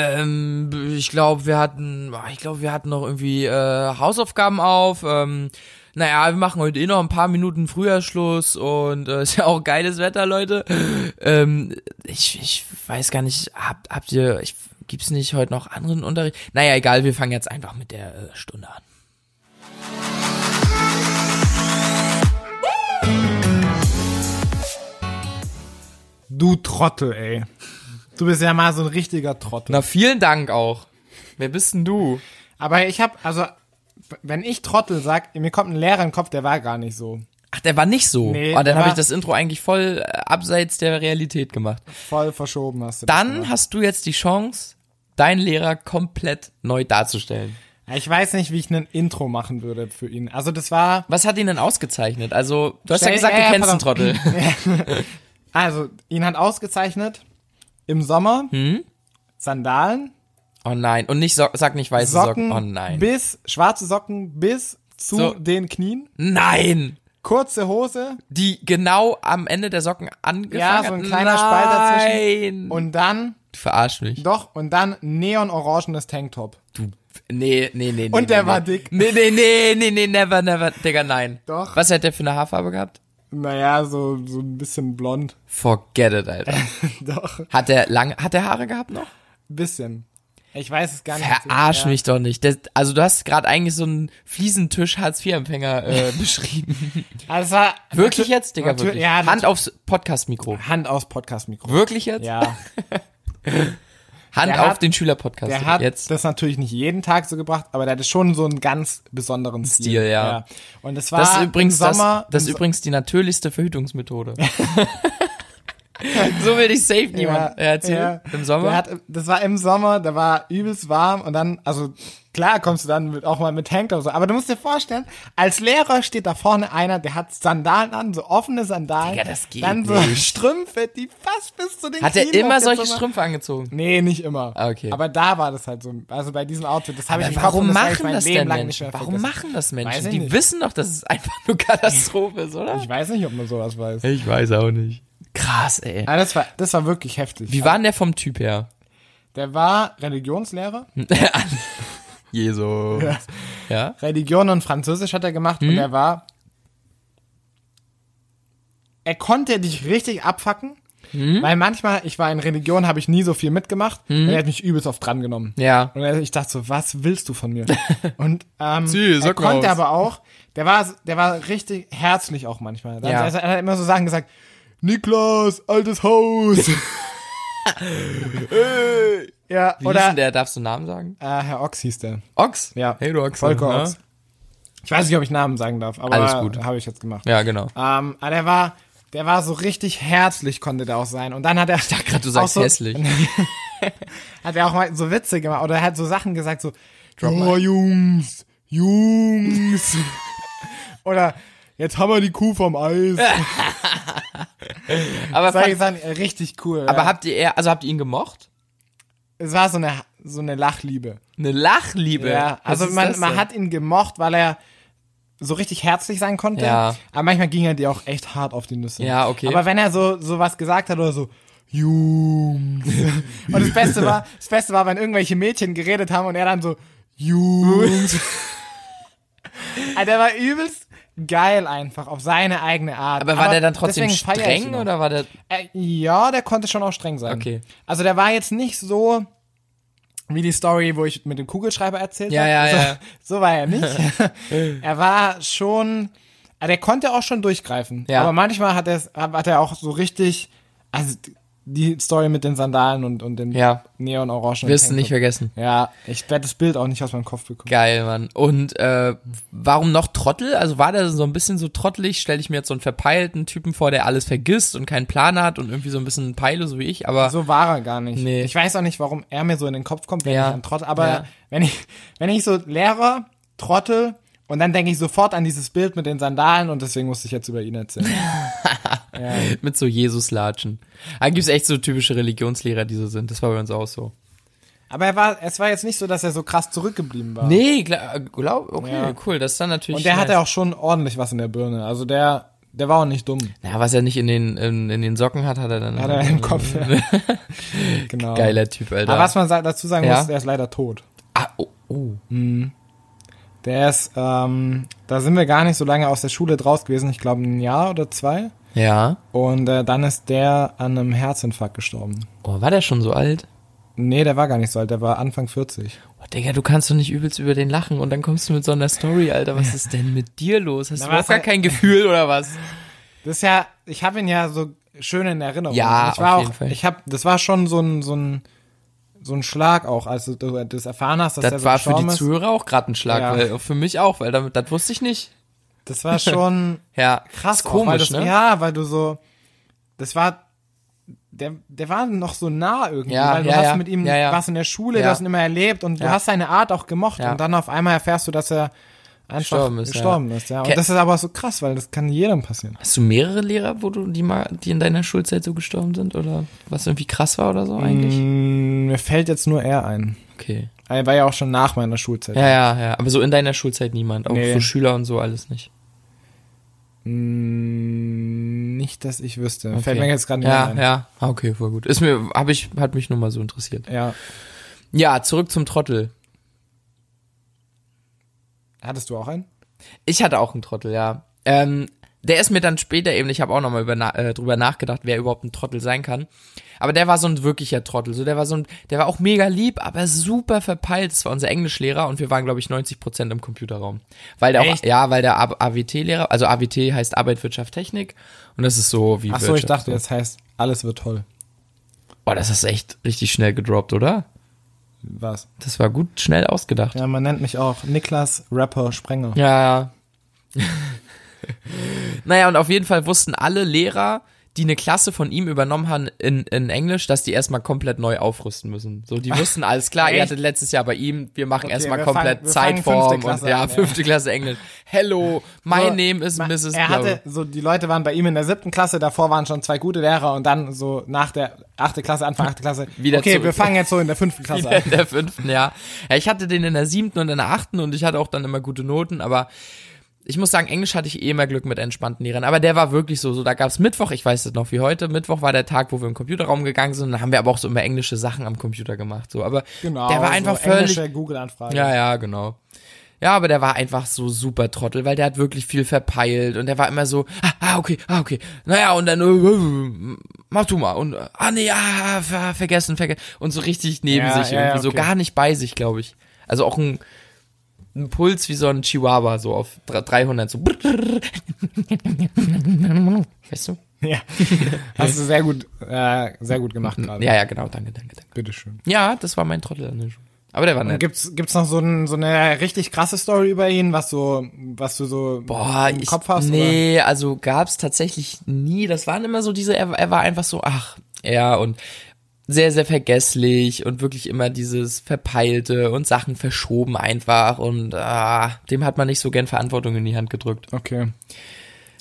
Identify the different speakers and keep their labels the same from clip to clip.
Speaker 1: Ähm, ich glaube, wir hatten, ich glaube, wir hatten noch irgendwie äh, Hausaufgaben auf. Ähm, naja, wir machen heute eh noch ein paar Minuten früher Schluss und äh, ist ja auch geiles Wetter, Leute. Ähm, ich, ich weiß gar nicht, habt, habt ihr, ich, gibt's nicht heute noch anderen Unterricht? Naja, egal, wir fangen jetzt einfach mit der äh, Stunde an.
Speaker 2: Du Trottel, ey. Du bist ja mal so ein richtiger Trottel.
Speaker 1: Na, vielen Dank auch. Wer bist denn du?
Speaker 2: Aber ich hab, also, wenn ich Trottel sag, mir kommt ein Lehrer in den Kopf, der war gar nicht so.
Speaker 1: Ach, der war nicht so.
Speaker 2: Nee,
Speaker 1: oh, dann
Speaker 2: aber-
Speaker 1: habe ich das Intro eigentlich voll äh, abseits der Realität gemacht.
Speaker 2: Voll verschoben hast du das
Speaker 1: Dann
Speaker 2: gemacht.
Speaker 1: hast du jetzt die Chance, deinen Lehrer komplett neu darzustellen.
Speaker 2: Ja, Ich weiß nicht, wie ich ein Intro machen würde für ihn. Also, das war,
Speaker 1: Was hat ihn denn ausgezeichnet? Also, du hast ja
Speaker 2: Stell-
Speaker 1: gesagt,
Speaker 2: ja,
Speaker 1: du
Speaker 2: ja,
Speaker 1: kennst einen
Speaker 2: pass auf.
Speaker 1: Trottel.
Speaker 2: also, ihn hat ausgezeichnet im Sommer
Speaker 1: Hm?
Speaker 2: Sandalen,
Speaker 1: Oh nein. Und nicht so sag nicht weiße Socken.
Speaker 2: Socken,
Speaker 1: Oh nein.
Speaker 2: bis, schwarze Socken bis zu
Speaker 1: So.
Speaker 2: den Knien,
Speaker 1: Nein!
Speaker 2: kurze Hose
Speaker 1: Die genau am Ende der Socken angefangen
Speaker 2: Ja,
Speaker 1: hat.
Speaker 2: so ein kleiner
Speaker 1: nein.
Speaker 2: Spalt
Speaker 1: Und
Speaker 2: dazwischen. und dann,
Speaker 1: du verarsch mich.
Speaker 2: doch, und dann neonorangenes Tanktop.
Speaker 1: Du. Nee, nee, nee, nee.
Speaker 2: Und der
Speaker 1: nee,
Speaker 2: war
Speaker 1: nee.
Speaker 2: dick.
Speaker 1: Nee, nee, nee, nee, nee, never, never. Digga, nein.
Speaker 2: Doch.
Speaker 1: Was hat der für eine Haarfarbe gehabt?
Speaker 2: Naja, so, so ein bisschen blond.
Speaker 1: Forget it, Alter.
Speaker 2: Doch.
Speaker 1: Hat der lang, hat der Haare gehabt noch?
Speaker 2: Bisschen. Ich weiß es gar nicht.
Speaker 1: Verarsch
Speaker 2: Ja.
Speaker 1: mich doch nicht. Das, also du hast gerade eigentlich so einen Fliesentisch Hartz-IV-Empfänger äh, beschrieben.
Speaker 2: Also es war
Speaker 1: Wirklich jetzt, Digga,
Speaker 2: Natür-
Speaker 1: wirklich.
Speaker 2: Ja,
Speaker 1: Hand
Speaker 2: Hand,
Speaker 1: aufs Podcast-Mikro.
Speaker 2: Hand aufs Podcast-Mikro.
Speaker 1: Wirklich jetzt?
Speaker 2: Ja,
Speaker 1: Hand
Speaker 2: Der
Speaker 1: auf
Speaker 2: hat-
Speaker 1: den Schüler-Podcast.
Speaker 2: der hat
Speaker 1: jetzt.
Speaker 2: das natürlich nicht jeden Tag so gebracht, aber der hatte schon so einen ganz besonderen Stil.
Speaker 1: Stil, ja.
Speaker 2: Und es war
Speaker 1: Das ist übrigens
Speaker 2: im Sommer.
Speaker 1: das, das ist
Speaker 2: im So-
Speaker 1: übrigens die natürlichste Verhütungsmethode. so will ich safe niemand
Speaker 2: Ja,
Speaker 1: äh, erzählen.
Speaker 2: ja.
Speaker 1: Im Sommer.
Speaker 2: Der hat, das war im Sommer, da war übelst warm und dann, also klar kommst du dann mit, auch mal mit Tanktop so, aber du musst dir vorstellen, als Lehrer steht da vorne einer, der hat Sandalen an, so offene Sandalen.
Speaker 1: Digga, das geht
Speaker 2: Dann so
Speaker 1: nicht.
Speaker 2: Strümpfe, die fast bis zu den
Speaker 1: hat er
Speaker 2: Knien
Speaker 1: immer
Speaker 2: hochgehen,
Speaker 1: solche
Speaker 2: so-
Speaker 1: Strümpfe angezogen?
Speaker 2: Nee, nicht immer.
Speaker 1: Ah, okay.
Speaker 2: Aber da war das halt so. Also bei diesem Outfit, das habe ich im Kopf und
Speaker 1: Äh, Warum
Speaker 2: werd ich
Speaker 1: machen
Speaker 2: mein
Speaker 1: das
Speaker 2: Leben
Speaker 1: denn
Speaker 2: lang
Speaker 1: Menschen?
Speaker 2: nicht mehr
Speaker 1: Warum
Speaker 2: vergessen.
Speaker 1: machen das
Speaker 2: Weiß
Speaker 1: Menschen?
Speaker 2: ich
Speaker 1: Die
Speaker 2: nicht.
Speaker 1: wissen doch, dass es einfach nur Katastrophe ist, oder?
Speaker 2: Ich weiß nicht, ob man sowas weiß.
Speaker 1: Ich weiß auch nicht. Krass, ey.
Speaker 2: Ah, das war, das war wirklich heftig.
Speaker 1: Wie war denn der vom Typ her?
Speaker 2: Der war Religionslehrer.
Speaker 1: Hm. Jesus. Ja.
Speaker 2: Religion und Französisch hat er gemacht
Speaker 1: Hm?
Speaker 2: und er war. Er konnte dich richtig abfacken,
Speaker 1: Hm?
Speaker 2: weil manchmal, ich war in Religion, habe ich nie so viel mitgemacht und er hat mich übelst oft dran genommen.
Speaker 1: Ja.
Speaker 2: Und ich dachte so, was willst du von mir? Und ähm,
Speaker 1: Zieh,
Speaker 2: er
Speaker 1: sag mal
Speaker 2: konnte
Speaker 1: was.
Speaker 2: aber auch, der war, der war richtig herzlich auch manchmal. Dann
Speaker 1: Ja.
Speaker 2: Er hat immer so Sachen gesagt, Niklas, altes Haus. Ey. ja,
Speaker 1: Wie hieß
Speaker 2: oder
Speaker 1: denn der? Darfst du Namen sagen?
Speaker 2: Äh, Herr Ochs hieß der.
Speaker 1: Ochs?
Speaker 2: Ja.
Speaker 1: Hey, du Ne? Ochs.
Speaker 2: Volker
Speaker 1: na?
Speaker 2: Ochs. Ich weiß nicht, ob ich Namen sagen darf, aber
Speaker 1: Alles gut.
Speaker 2: habe ich jetzt gemacht.
Speaker 1: Ja, genau.
Speaker 2: Ähm, aber der war, der war so richtig herzlich, konnte der auch sein. Und dann hat er da
Speaker 1: Gerade du sagst
Speaker 2: so,
Speaker 1: hässlich.
Speaker 2: Hat er auch mal so Witze gemacht oder er hat so Sachen gesagt, so Oh, Jungs, Jungs. oder jetzt haben wir die Kuh vom Eis.
Speaker 1: Äh, Aber,
Speaker 2: Solche
Speaker 1: fand,
Speaker 2: Sachen, äh, richtig cool.
Speaker 1: aber
Speaker 2: ja.
Speaker 1: habt ihr eher, also habt ihr ihn gemocht?
Speaker 2: es war so eine, so eine Lachliebe.
Speaker 1: Eine Lachliebe.
Speaker 2: Ja,
Speaker 1: Was
Speaker 2: also
Speaker 1: ist
Speaker 2: man,
Speaker 1: das
Speaker 2: man
Speaker 1: denn?
Speaker 2: hat ihn gemocht, weil er so richtig herzlich sein konnte.
Speaker 1: Ja.
Speaker 2: Aber manchmal ging er dir auch echt hart auf die Nüsse.
Speaker 1: Ja, okay.
Speaker 2: Aber wenn er so, so was gesagt hat oder so, Jungs. und das Beste war, das Beste war, wenn irgendwelche Mädchen geredet haben und er dann so, Jungs. Alter, der war übelst geil einfach, auf seine eigene Art.
Speaker 1: Aber war der dann trotzdem
Speaker 2: deswegen feier ich ihn
Speaker 1: streng
Speaker 2: auch.
Speaker 1: oder war der.
Speaker 2: Äh, ja, der konnte schon auch streng sein.
Speaker 1: Okay.
Speaker 2: Also der war jetzt nicht so wie die Story, wo ich mit dem Kugelschreiber erzählt
Speaker 1: Ja,
Speaker 2: habe.
Speaker 1: ja,
Speaker 2: so,
Speaker 1: ja.
Speaker 2: so war er nicht. er war schon, ah, der konnte auch schon durchgreifen.
Speaker 1: Ja.
Speaker 2: Aber manchmal hat er hat er auch so richtig, also die Story mit den Sandalen und und den
Speaker 1: Ja.
Speaker 2: neon-orangen.
Speaker 1: Wirst du
Speaker 2: Tanktop.
Speaker 1: nicht vergessen.
Speaker 2: Ja, ich werde das Bild auch nicht aus meinem Kopf bekommen.
Speaker 1: Geil, Mann. Und äh, warum noch Trottel? Also war der so ein bisschen so trottelig? Stelle ich mir jetzt so einen verpeilten Typen vor, der alles vergisst und keinen Plan hat und irgendwie so ein bisschen Peile, so wie ich, aber.
Speaker 2: So war er gar nicht.
Speaker 1: Nee.
Speaker 2: Ich weiß auch nicht, warum er mir so in den Kopf kommt, wenn
Speaker 1: Ja.
Speaker 2: ich an Trottel, aber
Speaker 1: Ja.
Speaker 2: wenn ich, wenn ich so Lehrer, Trottel und dann denke ich sofort an dieses Bild mit den Sandalen und deswegen musste ich jetzt über ihn erzählen.
Speaker 1: Mit so Jesus-Latschen. Da gibt's echt so typische Religionslehrer, die so sind. Das war bei uns auch so.
Speaker 2: aber er war, es war jetzt nicht so, dass er so krass zurückgeblieben war.
Speaker 1: Nee, gla- glaub, okay,
Speaker 2: Ja.
Speaker 1: cool. Das ist dann natürlich.
Speaker 2: und der hatte
Speaker 1: nice.
Speaker 2: auch schon ordentlich was in der Birne. Also der, Der war auch nicht dumm.
Speaker 1: Naja, was er nicht in den, in, in den Socken hat, hat er dann.
Speaker 2: Hat er im Kopf. genau.
Speaker 1: Geiler Typ, Alter.
Speaker 2: Aber was man sa- dazu sagen
Speaker 1: Ja.
Speaker 2: muss, der ist leider tot.
Speaker 1: ah, oh, oh.
Speaker 2: Der ist, ähm, da sind wir gar nicht so lange aus der Schule draus gewesen, ich glaube ein Jahr oder zwei.
Speaker 1: Ja.
Speaker 2: Und äh, dann ist der an einem Herzinfarkt gestorben.
Speaker 1: Oh, war der schon so alt?
Speaker 2: Nee, der war gar nicht so alt, der war Anfang 40.
Speaker 1: Oh, Digga, du kannst doch nicht übelst über den lachen und dann kommst du mit so einer Story, Alter. Was ist denn mit dir los? Hast
Speaker 2: Na,
Speaker 1: du überhaupt
Speaker 2: was er-
Speaker 1: gar kein Gefühl oder was?
Speaker 2: Das ist ja, ich habe ihn ja so schön in Erinnerung.
Speaker 1: Ja,
Speaker 2: ich war
Speaker 1: auf
Speaker 2: auch,
Speaker 1: jeden Fall.
Speaker 2: Ich hab, das war schon so ein, so ein, so ein Schlag auch, als du das erfahren hast, dass
Speaker 1: Das
Speaker 2: er so
Speaker 1: war für die
Speaker 2: gestorben ist.
Speaker 1: Zuhörer auch gerade ein Schlag,
Speaker 2: Ja.
Speaker 1: weil, für mich auch, weil damit, das wusste ich nicht.
Speaker 2: Das war schon
Speaker 1: Ja,
Speaker 2: krass,
Speaker 1: krass,
Speaker 2: auch, weil das,
Speaker 1: komisch, ne?
Speaker 2: Ja, weil du so, das war, der, der war noch so nah irgendwie,
Speaker 1: Ja,
Speaker 2: weil du
Speaker 1: ja,
Speaker 2: hast
Speaker 1: ja.
Speaker 2: mit ihm,
Speaker 1: Ja, ja.
Speaker 2: warst in der Schule,
Speaker 1: Ja.
Speaker 2: du hast ihn immer erlebt und du
Speaker 1: Ja.
Speaker 2: hast seine Art auch gemocht
Speaker 1: Ja.
Speaker 2: und dann auf einmal erfährst du, dass er einfach
Speaker 1: Gestorben
Speaker 2: gestorben
Speaker 1: ist,
Speaker 2: ist.
Speaker 1: ja.
Speaker 2: ja. Und
Speaker 1: Ke-
Speaker 2: das ist aber so krass, weil das kann jedem passieren.
Speaker 1: Hast du mehrere Lehrer, wo du die mal, die in deiner Schulzeit so gestorben sind oder was irgendwie krass war oder so eigentlich?
Speaker 2: Mm, mir fällt jetzt nur er ein.
Speaker 1: Okay.
Speaker 2: Er war ja auch schon nach meiner Schulzeit.
Speaker 1: Ja, ja, ja. Aber so in deiner Schulzeit niemand. Auch
Speaker 2: Nee.
Speaker 1: so Schüler und so alles nicht.
Speaker 2: Mm, Nicht, dass ich wüsste.
Speaker 1: Okay.
Speaker 2: Fällt mir jetzt gerade
Speaker 1: Ja,
Speaker 2: nicht ein.
Speaker 1: ja. Ah, okay, voll gut. Ist mir, hab ich, hat mich nur mal so interessiert.
Speaker 2: ja.
Speaker 1: Ja, zurück zum Trottel.
Speaker 2: Hattest du auch einen?
Speaker 1: Ich hatte auch einen Trottel, ja. Ähm, der ist mir dann später eben, ich habe auch nochmal über, na, äh, drüber nachgedacht, wer überhaupt ein Trottel sein kann. Aber der war so ein wirklicher Trottel. So, der war so ein, der war auch mega lieb, aber super verpeilt. Das war unser Englischlehrer und wir waren, glaube ich, 90% im Computerraum. Weil der auch,
Speaker 2: Echt?
Speaker 1: ja, weil der A- AWT-Lehrer, also AWT heißt Arbeit, Wirtschaft, Technik. Und das ist so wie
Speaker 2: Ach so, ich
Speaker 1: Wirtschaft.
Speaker 2: dachte, jetzt heißt, alles wird toll.
Speaker 1: Boah, das ist echt richtig schnell gedroppt, oder?
Speaker 2: Was?
Speaker 1: Das war gut schnell ausgedacht.
Speaker 2: Ja, man nennt mich auch Niklas Rapper Sprenger.
Speaker 1: Ja, ja. naja, und auf jeden Fall wussten alle Lehrer, die eine Klasse von ihm übernommen haben in, in Englisch, dass die erstmal komplett neu aufrüsten müssen. So, die wussten, alles klar, ihr
Speaker 2: Echt?
Speaker 1: hattet letztes Jahr bei ihm, wir machen erstmal
Speaker 2: wir fangen-
Speaker 1: komplett
Speaker 2: wir fangen fünfte
Speaker 1: Zeitform und
Speaker 2: Klasse
Speaker 1: ja,
Speaker 2: an, ja.
Speaker 1: fünfte Klasse Englisch. Hello, my
Speaker 2: So,
Speaker 1: name is Mrs.
Speaker 2: Er
Speaker 1: Blau.
Speaker 2: hatte, so, die Leute waren bei ihm in der siebten Klasse, davor waren schon zwei gute Lehrer und dann so nach der achte Klasse, Anfang achte Klasse.
Speaker 1: Wieder
Speaker 2: okay,
Speaker 1: zurück.
Speaker 2: wir fangen jetzt so in der fünften Klasse an.
Speaker 1: in der fünften, ja. ja. Ich hatte den in der siebten und in der achten und ich hatte auch dann immer gute Noten, aber ich muss sagen, Englisch hatte ich eh immer Glück mit entspannten Lehrern. Aber der war wirklich so, so da gab's Mittwoch, ich weiß es noch wie heute, Mittwoch war der Tag, wo wir im Computerraum gegangen sind, dann haben wir aber auch so immer englische Sachen am Computer gemacht, so. Aber
Speaker 2: Genau.
Speaker 1: der war einfach
Speaker 2: so
Speaker 1: völlig,
Speaker 2: Englische Google-Anfrage.
Speaker 1: ja, ja, genau. Ja, aber der war einfach so super Trottel, weil der hat wirklich viel verpeilt und der war immer so, ah, ah okay, ah, okay. Naja, und dann, äh, äh, mach du mal. Und, äh, ah, nee, ah, ver vergessen, vergessen. Und so richtig neben
Speaker 2: Ja,
Speaker 1: sich
Speaker 2: ja,
Speaker 1: irgendwie,
Speaker 2: ja,
Speaker 1: so
Speaker 2: okay.
Speaker 1: gar nicht bei sich, glaube ich. Also auch ein, ein Puls wie so ein Chihuahua, so auf dr- 300, so. Weißt du?
Speaker 2: ja. Hast du sehr gut, äh, sehr gut gemacht gerade.
Speaker 1: Ja, ja, genau, danke, danke, danke.
Speaker 2: Bitteschön.
Speaker 1: Ja, das war mein Trottel an der Schule. Aber der war nett.
Speaker 2: Gibt's, gibt's noch so, ein, so eine richtig krasse Story über ihn, was so, was du so
Speaker 1: Boah,
Speaker 2: im
Speaker 1: ich,
Speaker 2: Kopf hast? oder?
Speaker 1: nee, also gab's tatsächlich nie. Das waren immer so diese, er, er war einfach so, ach, ja, und sehr, sehr vergesslich und wirklich immer dieses Verpeilte und Sachen verschoben einfach und ah, dem hat man nicht so gern Verantwortung in die Hand gedrückt.
Speaker 2: Okay.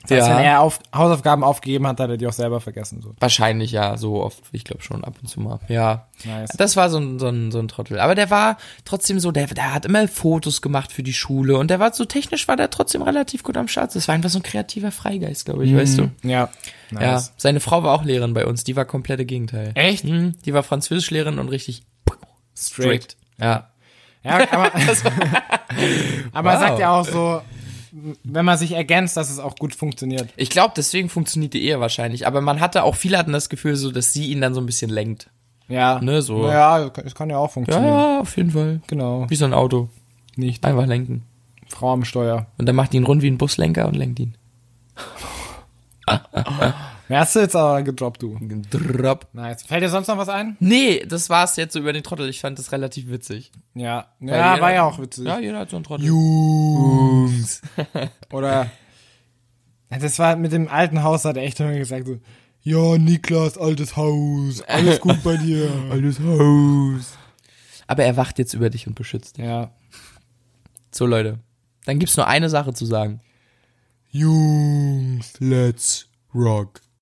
Speaker 2: Das heißt,
Speaker 1: Ja.
Speaker 2: wenn er auf, Hausaufgaben aufgegeben hat, hat er die auch selber vergessen. So.
Speaker 1: Wahrscheinlich ja, so oft, ich glaube schon ab und zu mal. Ja.
Speaker 2: Nice.
Speaker 1: Das war so ein, so, ein, so ein Trottel. Aber der war trotzdem so, der, der hat immer Fotos gemacht für die Schule und der war so technisch, war der trotzdem relativ gut am Start. Das war einfach so ein kreativer Freigeist, glaube ich, weißt du?
Speaker 2: Ja.
Speaker 1: Ja,
Speaker 2: Nice.
Speaker 1: seine Frau war auch Lehrerin bei uns, die war komplette Gegenteil.
Speaker 2: Echt?
Speaker 1: Mhm, die war Französischlehrerin und richtig
Speaker 2: Straight.
Speaker 1: Ja.
Speaker 2: Ja, aber aber
Speaker 1: Wow.
Speaker 2: sagt ja auch so, wenn man sich ergänzt, dass es auch gut funktioniert.
Speaker 1: Ich glaube, deswegen funktioniert die Ehe wahrscheinlich, aber man hatte auch, viele hatten das Gefühl so, dass sie ihn dann so ein bisschen lenkt.
Speaker 2: Ja.
Speaker 1: Ne, so.
Speaker 2: Ja, es kann ja auch
Speaker 1: Ja,
Speaker 2: funktionieren.
Speaker 1: ja, auf jeden Fall.
Speaker 2: Genau.
Speaker 1: Wie so ein Auto.
Speaker 2: Nicht.
Speaker 1: Einfach lenken.
Speaker 2: Frau am Steuer.
Speaker 1: Und dann macht ihn rund wie ein Buslenker und lenkt ihn.
Speaker 2: Wer hast du jetzt aber gedroppt, du?
Speaker 1: Drop.
Speaker 2: Nice. Fällt dir sonst noch was ein?
Speaker 1: Nee, das war's jetzt so über den Trottel. Ich fand das relativ witzig.
Speaker 2: Ja.
Speaker 1: Weil
Speaker 2: Ja,
Speaker 1: jeder-
Speaker 2: war ja auch witzig.
Speaker 1: Ja, jeder hat so einen Trottel.
Speaker 2: Jungs. Oder Ja, das war mit dem alten Haus, hat er echt immer gesagt so, ja, Niklas, altes Haus, alles gut bei dir. altes Haus.
Speaker 1: Aber er wacht jetzt über dich und beschützt dich.
Speaker 2: Ja.
Speaker 1: So, Leute. Dann gibt's nur eine Sache zu sagen.
Speaker 2: Jungs, let's rock.